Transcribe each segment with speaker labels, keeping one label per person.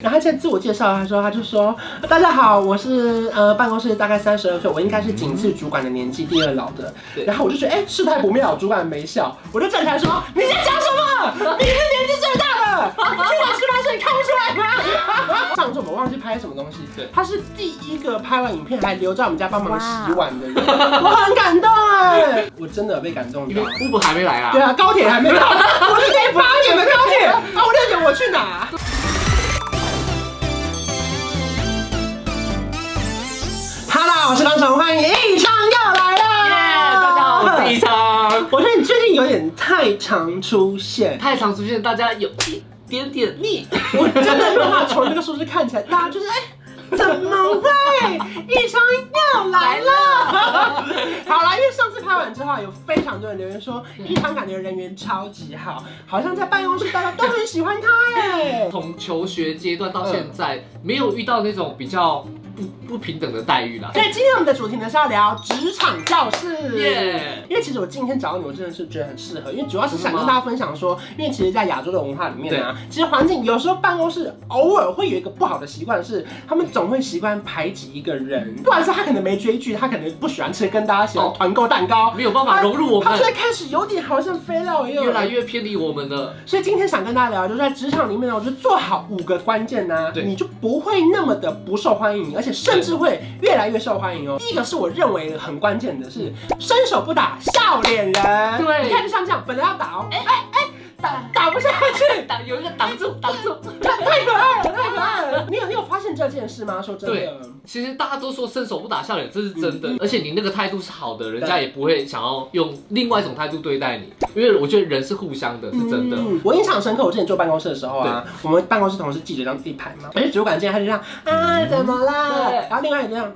Speaker 1: 然后他现在自我介绍，他说他就说大家好，我是呃办公室大概三十二岁，我应该是仅次主管的年纪第二老的。
Speaker 2: 对
Speaker 1: 然后我就觉得哎、事态不妙，主管没笑，我就站起来说你在讲什么？你是年纪最大的，你今年十八岁，你看不出来吗？上次我们忘记拍什么东西，
Speaker 2: 对
Speaker 1: 他是第一个拍完影片还留在我们家帮忙洗碗的人，我很感动哎，我真的有被感动
Speaker 2: 因
Speaker 1: 到
Speaker 2: 为。乌布还没来啊。
Speaker 1: 对啊，高铁还没到， 我是第八点的高铁啊！我六点我去哪？哈喽，我是张晨，欢迎一昌又来了。
Speaker 2: 耶大家好，我是 宜昌。
Speaker 1: 我觉得你最近有点太常出现，
Speaker 2: 太常出现，大家有一点点腻。
Speaker 1: 我真的没有办法从那个数字看起来，大家就是哎。怎么会？一昌又来了。 好啦，因为上次拍完之后，有非常多人留言说，一昌感觉人缘超级好，好像在办公室大家都很喜欢他哎。
Speaker 2: 从求学阶段到现在，没有遇到那种比较不不平等的待遇 啦。
Speaker 1: 所以今天我们的主题呢是要聊职场教室。
Speaker 2: 耶
Speaker 1: 因为其实我今天找到你，我真的是觉得很适合，因为主要是想
Speaker 2: 真的
Speaker 1: 跟
Speaker 2: 吗
Speaker 1: 大家分享说，因为其实，在亚洲的文化里面啊，其实环境有时候办公室偶尔会有一个不好的习惯，是他们总会习惯排挤一个人，不管是他可能没追剧，他可能不喜欢吃跟大家喜欢
Speaker 2: 嗯哦
Speaker 1: 团购蛋糕，
Speaker 2: 没有办法融入我
Speaker 1: 他
Speaker 2: 们
Speaker 1: 现，在开始有点好像飞到一样
Speaker 2: 越来越偏离我们了。
Speaker 1: 所以今天想跟大家聊，就是在职场里面呢，我就做好五个关键呢、
Speaker 2: 对
Speaker 1: 你就不会那么的不受欢迎，而且甚至会越来越受欢迎哦。第一个是我认为很关键的是，伸手不打笑脸人。
Speaker 2: 对
Speaker 1: 你看就像这样，本来要打哦，哎哎哎，打打不下去，
Speaker 2: 挡有一个挡住，挡住。
Speaker 1: 太太可爱了，太可爱了。你有你有发现这件事吗？说真
Speaker 2: 对
Speaker 1: 的，
Speaker 2: 其实大家都说伸手不打笑脸，这是真
Speaker 1: 嗯
Speaker 2: 的。而且你那个态度是好的，人家也不会想要用另外一种态度对待你，因为我觉得人是互相的，是真的。
Speaker 1: 嗯我印象深刻，我之前坐办公室的时候啊，我们办公室同事记者这样自己排嘛，而且主管进来他就这样啊
Speaker 2: 嗯
Speaker 1: 怎么啦
Speaker 2: 对，
Speaker 1: 然后另外一个这样，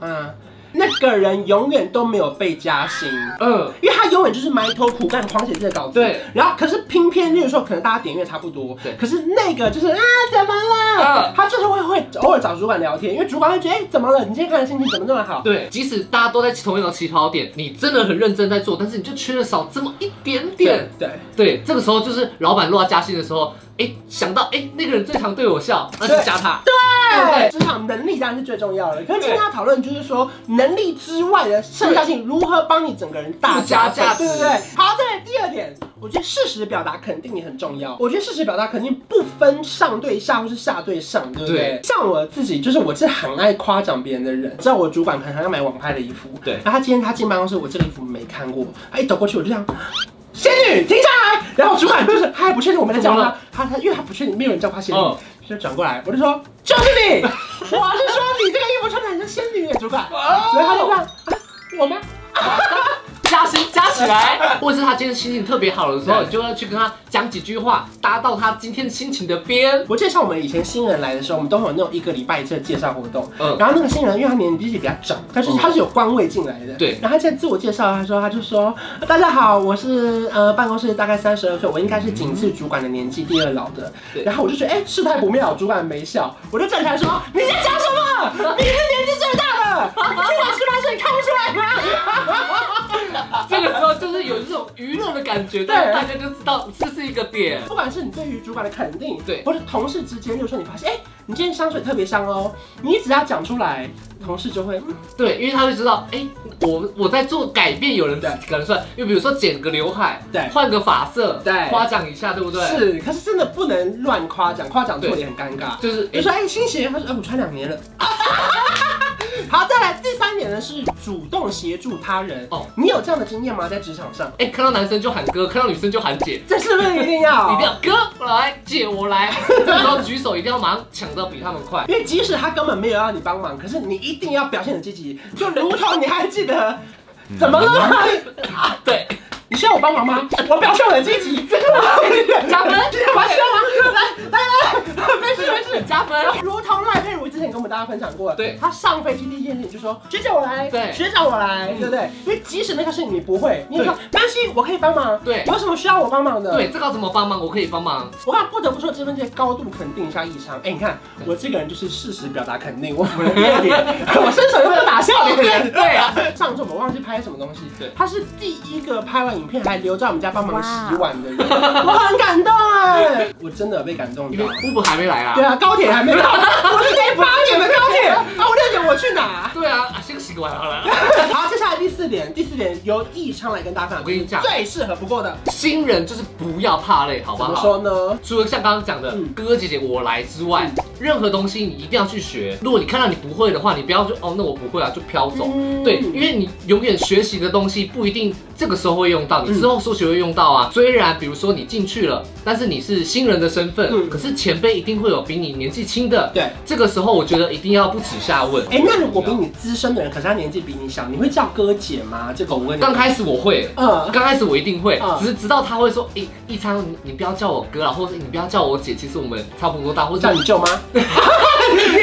Speaker 1: 嗯、啊，那个人永远都没有被加薪。
Speaker 2: 嗯，
Speaker 1: 因为他永远就是埋头苦干，狂写这个稿子。
Speaker 2: 对。
Speaker 1: 然后，可是偏偏，例如说，可能大家点阅差不多，
Speaker 2: 对
Speaker 1: 可是那个就是啊，怎么了？
Speaker 2: 嗯
Speaker 1: 他就是会会偶尔找主管聊天，因为主管会觉得，哎、怎么了？你今天看的心情怎么这么好？
Speaker 2: 对，即使大家都在同一个起跑点，你真的很认真在做，但是你就缺了少这么一点点。
Speaker 1: 对。对
Speaker 2: 对，这个时候就是老板落到加薪的时候，哎，想到哎那个人最常对我笑，那就加他。
Speaker 1: 对，
Speaker 2: 对
Speaker 1: 职场能力当然是最重要的。可是今天要讨论就是说，能力之外的剩下性如何帮你整个人大
Speaker 2: 附加价值
Speaker 1: 对不对？好，再来第二点，我觉得事实表达肯定也很重要。我觉得事实表达肯定不分上对下或是下对上，对不对？
Speaker 2: 对
Speaker 1: 像我自己，就是我是很爱夸奖别人的人。知道我主管可能要买网拍的衣服，
Speaker 2: 对
Speaker 1: 然后他今天他进办公室，我这个衣服没看过，他一走过去我就这样。仙女，停下来！然后主管就是他还不确定我们在叫
Speaker 2: 怎么
Speaker 1: 他
Speaker 2: 了，
Speaker 1: 他他因为他不确定，没有人叫他仙女，
Speaker 2: 嗯
Speaker 1: 就转过来，我就说就是 你，我是说你这个衣服穿的很像仙女耶，主管。然后他就这样，啊我吗？
Speaker 2: 加薪加起来，或者是他今天心情特别好的时候，
Speaker 1: 对
Speaker 2: 你就要去跟他讲几句话，搭到他今天心情的边。
Speaker 1: 我记得像我们以前新人来的时候，我们都会有那种一个礼拜一次的介绍活动。
Speaker 2: 嗯
Speaker 1: 然后那个新人，因为他年纪比较长，但是
Speaker 2: 嗯
Speaker 1: 他是有官位进来的。
Speaker 2: 对
Speaker 1: 然后他现在自我介绍，他说他就说：“啊大家好，我是呃办公室大概三十二岁，我应该是仅次主管的年纪第二老的。”
Speaker 2: 对
Speaker 1: 然后我就觉得哎、事态不妙，主管没笑，我就站起来说：“你在讲什么？你是年纪最大的，你今年十八岁，你看不出来吗？”
Speaker 2: 这个时候就是有这种娱乐的感觉，但大家就知道这是一个点。
Speaker 1: 不管是你对于主管的肯定，
Speaker 2: 对
Speaker 1: 或是同事之间，就说你发现，哎、你今天香水特别香哦，你只要讲出来，同事就会，嗯
Speaker 2: 对，因为他会知道，哎、我我在做改变，有人
Speaker 1: 对
Speaker 2: 感受，因为比如说剪个刘海，
Speaker 1: 对
Speaker 2: 换个发色，
Speaker 1: 对
Speaker 2: 夸奖一下，对不对？，
Speaker 1: 是，可是真的不能乱夸奖，夸奖错也很尴尬。
Speaker 2: 就是
Speaker 1: 比
Speaker 2: 哎、
Speaker 1: 如说，哎、新鞋，他说，哎、我穿两年 了。好，再来第三点呢是主动协助他人。哦
Speaker 2: 哦，
Speaker 1: 你有这样的经验吗？在职场上，
Speaker 2: 哎看到男生就喊哥，看到女生就喊姐，
Speaker 1: 这是不是一定要？
Speaker 2: 一定要哥我来，姐我来，这个时候举手一定要马上抢到比他们快。
Speaker 1: 因为即使他根本没有要你帮忙，可是你一定要表现的积 极，就如同你还记得，怎么 了？
Speaker 2: 对，
Speaker 1: 你需要我帮忙 吗？我表现我的积极，这个我
Speaker 2: 加分
Speaker 1: 你干嘛笑啊？来来来，没事没事。
Speaker 2: 加分。
Speaker 1: 如同来蔡佩如之前跟我们大家分享过，
Speaker 2: 对
Speaker 1: 她上飞机第一件事情就说学姐我来，
Speaker 2: 对
Speaker 1: 学长我来，
Speaker 2: 嗯
Speaker 1: 对不对？因为即使那个事情你不会，你也说没关系，我可以帮忙，
Speaker 2: 对
Speaker 1: 有什么需要我帮忙的？，
Speaker 2: 对，这个要怎么帮忙？我可以帮忙。
Speaker 1: 我看不得不说这份界高度肯定一下异常。哎，你看
Speaker 2: 对
Speaker 1: 我这个人就是事实表达肯 定，我不能热点， 我伸手又不能打笑脸的人。
Speaker 2: 对啊，
Speaker 1: 上次我们忘记拍什么东西
Speaker 2: 对，
Speaker 1: 他是第一个拍完影片还留在我们家帮忙洗碗的人，我很感动哎，我真的有被感动
Speaker 2: 因
Speaker 1: 到
Speaker 2: 为。Uber 还没来啊
Speaker 1: 对。啊，高铁还没 到，我是得八点的高铁，啊，我六点我去哪？
Speaker 2: 对啊，啊先洗个碗好了。
Speaker 1: 好，接下来第四点，第四点由易昌来跟大家分享，
Speaker 2: 我跟你讲
Speaker 1: 最适合不过的，
Speaker 2: 新人就是不要怕累，好不
Speaker 1: 怎么
Speaker 2: 好？
Speaker 1: 说呢？
Speaker 2: 除了像刚刚讲的
Speaker 1: 嗯
Speaker 2: 哥哥姐姐我来之外，任何东西你一定要去学。如果你看到你不会的话，你不要就哦，那我不会啊，就飘走。
Speaker 1: 嗯
Speaker 2: 对，因为你永远学习的东西不一定这个时候会用到，你之后所学会用到
Speaker 1: 嗯
Speaker 2: 啊。虽然比如说你进去了，但是你是新人的身份，
Speaker 1: 嗯
Speaker 2: 可是前辈一定会有比你年纪轻的。
Speaker 1: 对。
Speaker 2: 这个时候我觉得一定要不耻下问。
Speaker 1: 哎、那如果比你资深的人，可是他年纪比你小，你会叫哥姐吗？这个我问你。
Speaker 2: 刚开始我会，
Speaker 1: 嗯，
Speaker 2: 刚开始我一定会
Speaker 1: 嗯，
Speaker 2: 只是直到他会说，哎，一昌，你你不要叫我哥了，啊或者是你不要叫我姐，其实我们差不多大，或者
Speaker 1: 叫你舅妈。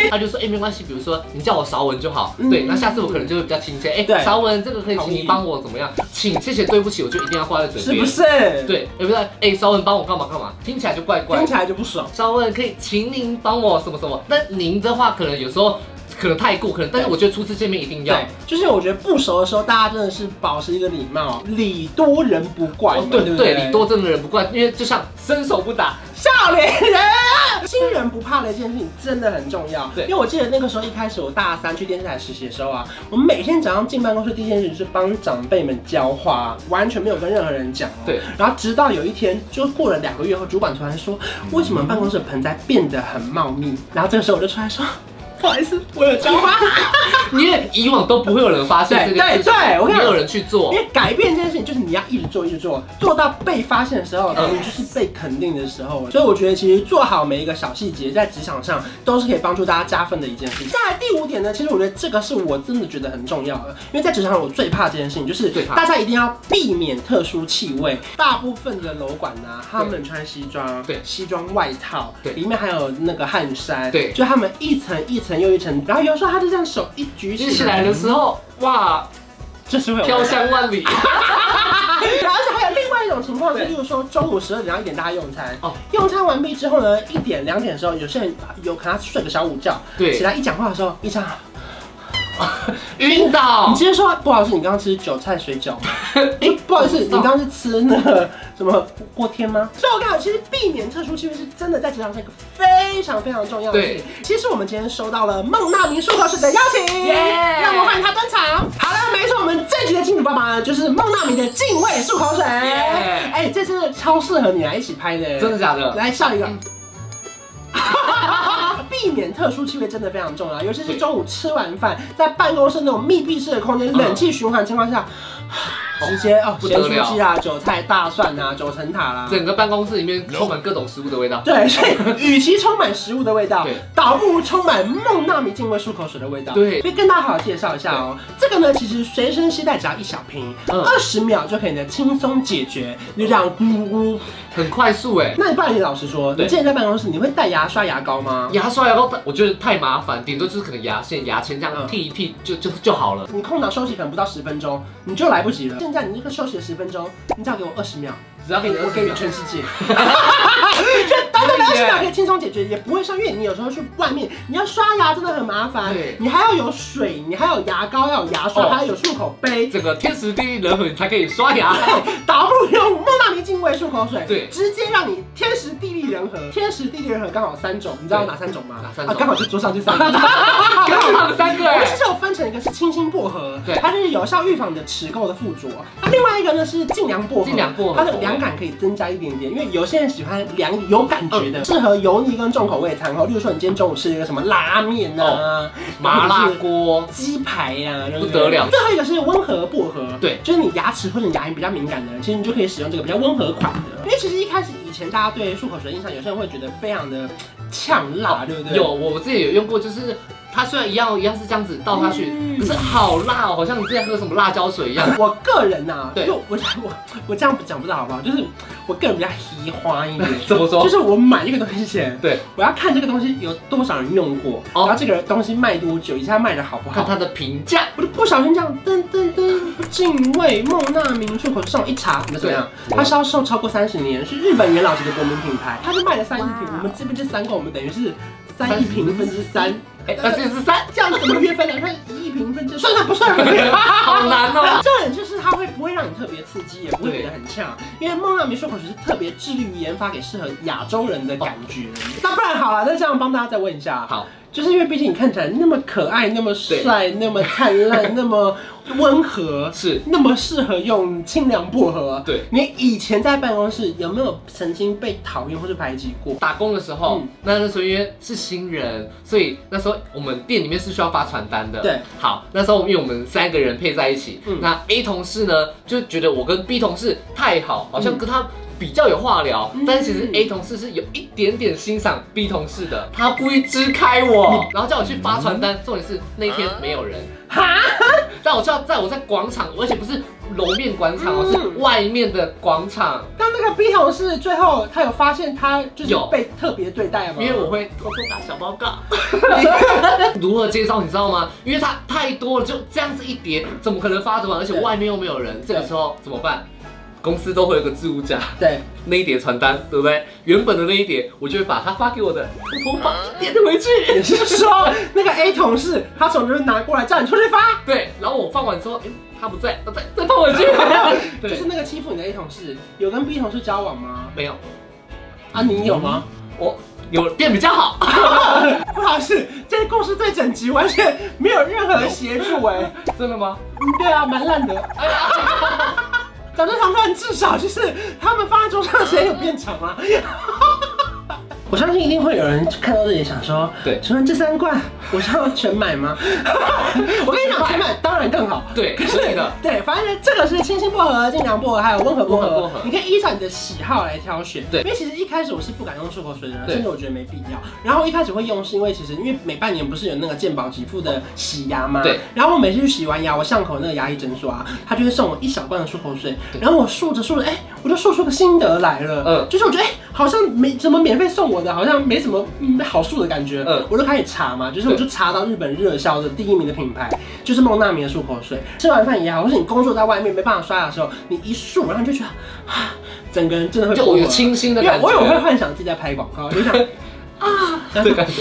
Speaker 2: 他就说，哎，没关系，比如说你叫我韶文就好，
Speaker 1: 嗯
Speaker 2: 对，那下次我可能就会比较亲切，
Speaker 1: 对
Speaker 2: 哎，韶文这个可以请
Speaker 1: 同意
Speaker 2: 你帮我怎么样？请，谢谢，对不起，我就一定要挂在嘴
Speaker 1: 是
Speaker 2: 边
Speaker 1: 不，是？，
Speaker 2: 对，也不是，哎，韶文帮我干嘛干嘛，听起来就怪怪
Speaker 1: 听
Speaker 2: 的。
Speaker 1: 起来就不爽。
Speaker 2: 稍问可以，请您帮我什么什么？但您的话，可能有时候可能太过，可能，但是我觉得初次见面一定要。
Speaker 1: 对，就是我觉得不熟的时候，大家真的是保持一个礼貌，礼多人不怪嘛、
Speaker 2: 哦对
Speaker 1: 对不
Speaker 2: 对，礼多真的人不怪，因为就像伸手不打，
Speaker 1: 少年人 啊，新人不怕的一件事情真的很重要。
Speaker 2: 对
Speaker 1: 因为我记得那个时候一开始我大三去电视台实习的时候啊，我们每天早上进办公室第一件事就是帮长辈们教话，完全没有跟任何人讲、哦。
Speaker 2: 对。
Speaker 1: 然后直到有一天，就过了两个月后，主管突然说，为什么办公室的盆栽变得很茂密？然后这个时候我就出来说。不好意思，我有浇花，
Speaker 2: 因为以往都不会有人发现这个
Speaker 1: 对
Speaker 2: 事情，
Speaker 1: 对我跟你讲
Speaker 2: 没有人去做
Speaker 1: 因。为改变这件事情就是你要一直做，一直做，做到被发现的时候，你就是被肯定的时候。所以我觉得其实做好每一个小细节，在职场上都是可以帮助大家加分的一件事情。再来第五点呢，其实我觉得这个是我真的觉得很重要的，因为在职场上我最怕这件事情，就是
Speaker 2: 最怕
Speaker 1: 大家一定要避免特殊气味。大部分的楼管呢、他们穿西装，
Speaker 2: 对
Speaker 1: 西装外套，
Speaker 2: 对
Speaker 1: 里面还有那个汗衫，
Speaker 2: 对
Speaker 1: 就他们一层一层又一层，然后有时候他就这样手一举
Speaker 2: 举起来的时，候，哇，
Speaker 1: 就是会有
Speaker 2: 飘香万里。
Speaker 1: 然后而且还有另外一种情况是，
Speaker 2: 对
Speaker 1: 例如说中午十二点到一点大家用餐，
Speaker 2: 哦
Speaker 1: 用餐完毕之后呢，一点两点的时候，有些人有可能他睡个小午觉，起
Speaker 2: 对，哦
Speaker 1: 来一讲话的时候，一张，
Speaker 2: 晕
Speaker 1: 你
Speaker 2: 倒。
Speaker 1: 直接说不好意思，你刚刚吃韭菜水饺吗？哎，不好意思，
Speaker 2: 我
Speaker 1: 你
Speaker 2: 不知道
Speaker 1: 刚刚是吃那个 什么锅贴吗？所以我跟你讲，其实避免特殊气味是真的在职场上一个非常非常重要的事情
Speaker 2: 对。
Speaker 1: 其实我们今天收到了孟娜明树老师的邀请，
Speaker 2: 耶
Speaker 1: 让我们欢迎她登场。好了，没错，我们这集的金主爸爸呢，就是孟娜明的敬畏漱口水。
Speaker 2: 耶
Speaker 1: 哎，这真的超适合你来一起拍的，
Speaker 2: 真的假的？
Speaker 1: 来笑一个
Speaker 2: 嗯。
Speaker 1: 避免特殊气味真的非常重要，尤其是中午吃完饭，在办公室那种密闭式的空间，
Speaker 2: 嗯
Speaker 1: 冷气循环情况下， 直接哦，
Speaker 2: 不
Speaker 1: 咸
Speaker 2: 得
Speaker 1: 酥
Speaker 2: 了
Speaker 1: 鸡啊、韭菜、大蒜啊、九层塔啦。
Speaker 2: 整个办公室里面充满各种食物的味道。
Speaker 1: 对，所以与其充满食物的味道
Speaker 2: 对，
Speaker 1: 倒不如充满孟纳米净味漱口水的味道。
Speaker 2: 对
Speaker 1: 所以跟大家好好介绍一下哦，这个呢其实随身携带只要一小瓶，
Speaker 2: 嗯
Speaker 1: 二十秒就可以呢轻松解决，你就这样咕噜咕噜。
Speaker 2: 很快速哎。
Speaker 1: 那你不然你老实说，你
Speaker 2: 对
Speaker 1: 之前在办公室你会带牙刷、牙膏吗？
Speaker 2: 牙刷牙膏，我觉得太麻烦，顶多就是可能牙线、牙签这
Speaker 1: 嗯
Speaker 2: 样剃一剃就就就好了。
Speaker 1: 你空档休息可能不到十分钟，你就来不及了。现在你那个休息的十分钟，你只要给我二十秒，
Speaker 2: 只要给你
Speaker 1: 嗯我
Speaker 2: 二
Speaker 1: 给
Speaker 2: 十
Speaker 1: 你
Speaker 2: 秒，
Speaker 1: 全世界。 就短短的二十秒可以轻松解决，也不会像，因为你有时候去外面，你要刷牙真的很麻烦
Speaker 2: 对，
Speaker 1: 你还要有水，你还有牙膏，要有牙刷，
Speaker 2: 哦
Speaker 1: 还要有漱口杯。
Speaker 2: 整个天时地利人和你才可以刷牙。
Speaker 1: 倒不如用孟纳明净味漱口水，
Speaker 2: 对
Speaker 1: 直接让你天时地利人和。天时地利人和刚好三种，你知道
Speaker 2: 对
Speaker 1: 哪三种吗？
Speaker 2: 哪三种
Speaker 1: 啊刚好就桌上这三种。
Speaker 2: 刚好他们三个
Speaker 1: 我
Speaker 2: 哎
Speaker 1: 们。其实有分成一个是清新薄荷，
Speaker 2: 对
Speaker 1: 它就是有效预防你的齿垢的附着。那另外一个呢是净凉薄荷，
Speaker 2: 净凉薄荷
Speaker 1: 它的凉感可以增加一点点，因为有些人喜欢凉有感觉
Speaker 2: 嗯
Speaker 1: 的，适合油腻跟重口味的餐后，例如说你今天中午吃一个什么拉面啊、
Speaker 2: 哦麻辣锅，
Speaker 1: 鸡排呀、对对
Speaker 2: 不得了
Speaker 1: 最后一个是温和薄荷，
Speaker 2: 对
Speaker 1: 就是你牙齿或者你牙龈比较敏感的人，其实你就可以使用这个比较温和款的。因为其实一开始以前大家对漱口水的印象，有些人会觉得非常的呛辣，对 不对？
Speaker 2: 哦有，我自己有用过，就是它虽然一样一样是这样子倒下去，
Speaker 1: 嗯
Speaker 2: 可是好辣哦，好像你之前喝什么辣椒水一 样。
Speaker 1: 我个人呐、啊，
Speaker 2: 对
Speaker 1: 就我我 我这样讲不知道好不好？就是我个人比较喜欢一点，
Speaker 2: 怎么说
Speaker 1: 就？是我买一个东西前，
Speaker 2: 对，
Speaker 1: 我要看这个东西有多少人用过，
Speaker 2: 哦
Speaker 1: 然后这个东西卖多久，以及它卖的好不
Speaker 2: 看
Speaker 1: 好。
Speaker 2: 它的评价。
Speaker 1: 我就不小心这样噔噔噔，敬畏孟纳明漱口上一查，你们怎么样？
Speaker 2: 对
Speaker 1: 它销售超过三十年，是日本元老级的国民品牌，它是卖了三亿瓶
Speaker 3: 哇，
Speaker 1: 我们这边这三个，我们等于是三亿
Speaker 2: 三
Speaker 1: 平分之三，
Speaker 2: 哎，那这是三，
Speaker 1: 这样子怎么约分两看一亿平分之，算算不算？好
Speaker 2: 好难哦。
Speaker 1: 重点就是它会不会让你特别刺激，也不会觉得很呛，因为梦浪明漱口水是特别致力于研发给适合亚洲人的感觉。那不然好了，那这样帮大家再问一下，
Speaker 2: 好，
Speaker 1: 就是因为毕竟你看起来那么可爱、那么帅、那么灿 烂、那么温和，
Speaker 2: 是
Speaker 1: 那么适合用清凉薄荷。
Speaker 2: 对
Speaker 1: 你以前在办公室有没有曾经被讨厌或是排挤过？
Speaker 2: 打工的时候
Speaker 1: 嗯，
Speaker 2: 那那时候因为是新人，所以那时候我们店里面是需要发传单的。
Speaker 1: 对，
Speaker 2: 好，那时候因为我们三个人配在一起，
Speaker 1: 嗯
Speaker 2: 那 A 同事呢就觉得我跟 B 同事太好，好像跟他。比较有话聊
Speaker 1: 嗯，
Speaker 2: 但是其实 A 同事是有一点点欣赏 B 同事的，他故意支开我，嗯然后叫我去发传单。重点是那天没有人，
Speaker 1: 哈，
Speaker 2: 但我知道在我在广场，而且不是楼面广场哦，
Speaker 1: 嗯
Speaker 2: 是外面的广场，
Speaker 1: 但那个 B 同事最后他有发现他就是
Speaker 2: 有
Speaker 1: 被特别对待吗？
Speaker 2: 因 为我会偷偷打小报告。如何介绍你知道吗？因为它太多了，就这样子一叠，怎么可能发得完？而且
Speaker 1: 对
Speaker 2: 外面又没有人，这个时候怎么办？公司都会有个置物架，
Speaker 1: 对，
Speaker 2: 那一叠传单，对不对？原本的那一叠，我就会把他发给我的，偷偷把一叠回去。
Speaker 1: 你是说那个 A 同事他从这边拿过来叫你出去发？
Speaker 2: 对，然后我放完之后，哎，他不在，再再放回去。
Speaker 1: 就
Speaker 2: 对
Speaker 1: 是，那个欺负你的 A 同事有跟 B 同事交往吗？
Speaker 2: 没有，
Speaker 1: 啊，你有吗？
Speaker 2: 我有变比较好。 嗯
Speaker 1: 不好意思，这个故事对整集完全没有任何协助哎、
Speaker 2: 真的吗？
Speaker 1: 嗯，对啊，蛮烂的。啊讲正常乱，至少就是他们放在桌上的时间有变长啊。 我相信一定会有人看到这里想说，
Speaker 2: 对
Speaker 1: 请问这三罐我是要全买吗？ 我跟你讲， 全买当然更好。
Speaker 2: 对
Speaker 1: 可是
Speaker 2: 可 以的
Speaker 1: 对，反正这个是清新薄荷、精良薄荷，还有温和薄
Speaker 2: 温和
Speaker 1: 荷
Speaker 2: 薄荷，
Speaker 1: 你可以依照你的喜好来挑选。
Speaker 2: 对
Speaker 1: 因为其实一开始我是不敢用漱口水的，
Speaker 2: 对
Speaker 1: 甚至我觉得没必要。然后一开始会用是因为其实因为每半年不是有那个健保给付的洗牙吗？
Speaker 2: 对。
Speaker 1: 然后我每次去洗完牙，我巷口那个牙医诊所啊，他就会送我一小罐的漱口水，
Speaker 2: 对
Speaker 1: 然后我漱着漱着，哎、我就漱出个心得来了。嗯
Speaker 2: 嗯。
Speaker 1: 就是我觉得哎、好像没怎么免费送我的，好像没什么嗯好漱的感觉。嗯
Speaker 2: 嗯。
Speaker 1: 我就开始查嘛，就是我就查到日本热销的第一名的品牌就是梦娜米的漱口水。吃完饭也好，或是你工作在外面没办法刷牙的时候，你一漱，然后你就觉得 啊，整个人真的会
Speaker 2: 就
Speaker 1: 过
Speaker 2: 我有
Speaker 1: 了
Speaker 2: 清新的
Speaker 1: 因为
Speaker 2: 感觉，
Speaker 1: 我有会幻想自己在拍广告，就想 啊，然
Speaker 2: 这
Speaker 1: 后
Speaker 2: 感觉，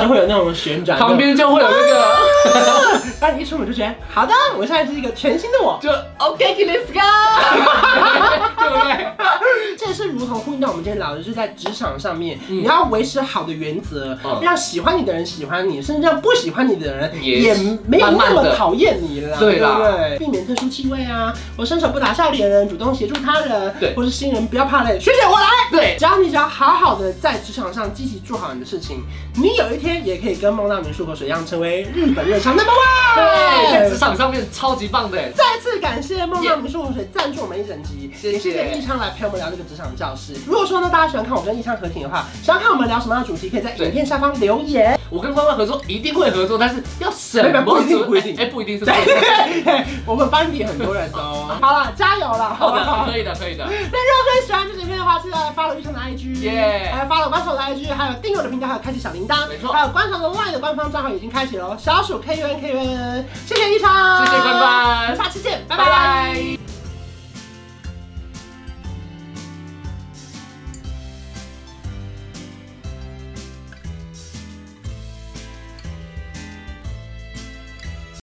Speaker 1: 就会有那种旋转，
Speaker 2: 旁边就会有那个。
Speaker 1: 然后你一出门就觉得，好的，我现在是一个全新的我。
Speaker 2: 就 OK，let's、go，对不对？
Speaker 1: 这也是如同呼应到我们今天聊的，就是在职场上面，
Speaker 2: 嗯
Speaker 1: 你要维持好的原则，
Speaker 2: 嗯
Speaker 1: 让喜欢你的人喜欢你，甚至让不喜欢你的人
Speaker 2: 也
Speaker 1: 也没有那
Speaker 2: 慢慢
Speaker 1: 么
Speaker 2: 地
Speaker 1: 讨厌你了啦，
Speaker 2: 对啦
Speaker 1: 不对？避免特殊气味啊，我伸手不打笑脸人，主动协助他人，
Speaker 2: 对
Speaker 1: 或是新人不要怕累，学姐我来。
Speaker 2: 对，
Speaker 1: 只要你只要好好的在职场上积极做好你的事情，你有一天也可以跟孟大明漱口水一样，成为日本热场 number one。
Speaker 2: 对，哎在职场上面超级棒的，
Speaker 1: 再次感谢梦浪美术洪水赞助我们一整集，
Speaker 2: 谢谢
Speaker 1: 也谢谢易昌来陪我们聊这个职场教室。如果说呢大家喜欢看我跟易昌合体的话，想要看我们聊什么样的主题，可以在影片下方留 言。
Speaker 2: 我跟关关合作一定会合作，但是要什
Speaker 1: 没
Speaker 2: 么
Speaker 1: 有不一定不一定
Speaker 2: 哎、不一定是不一定。
Speaker 1: 对， 我们班底很多人 哦。好了，加油了，好
Speaker 2: 好
Speaker 1: 不好
Speaker 2: 的，？可以的，可以的。
Speaker 1: 那如果说你喜欢这支影片的话，记得来 follow 玉成的 IG，
Speaker 2: 耶
Speaker 1: 还有 follow 关手的 IG，还有订阅我的频道，还有开启小铃铛，
Speaker 2: 没错
Speaker 1: 还有关手的 LINE 的官方账号已经开启了哦，小鼠 K U N K U N，谢谢玉成，
Speaker 2: 谢谢关关
Speaker 1: 我们下期见，拜
Speaker 2: 拜
Speaker 1: 拜
Speaker 2: 拜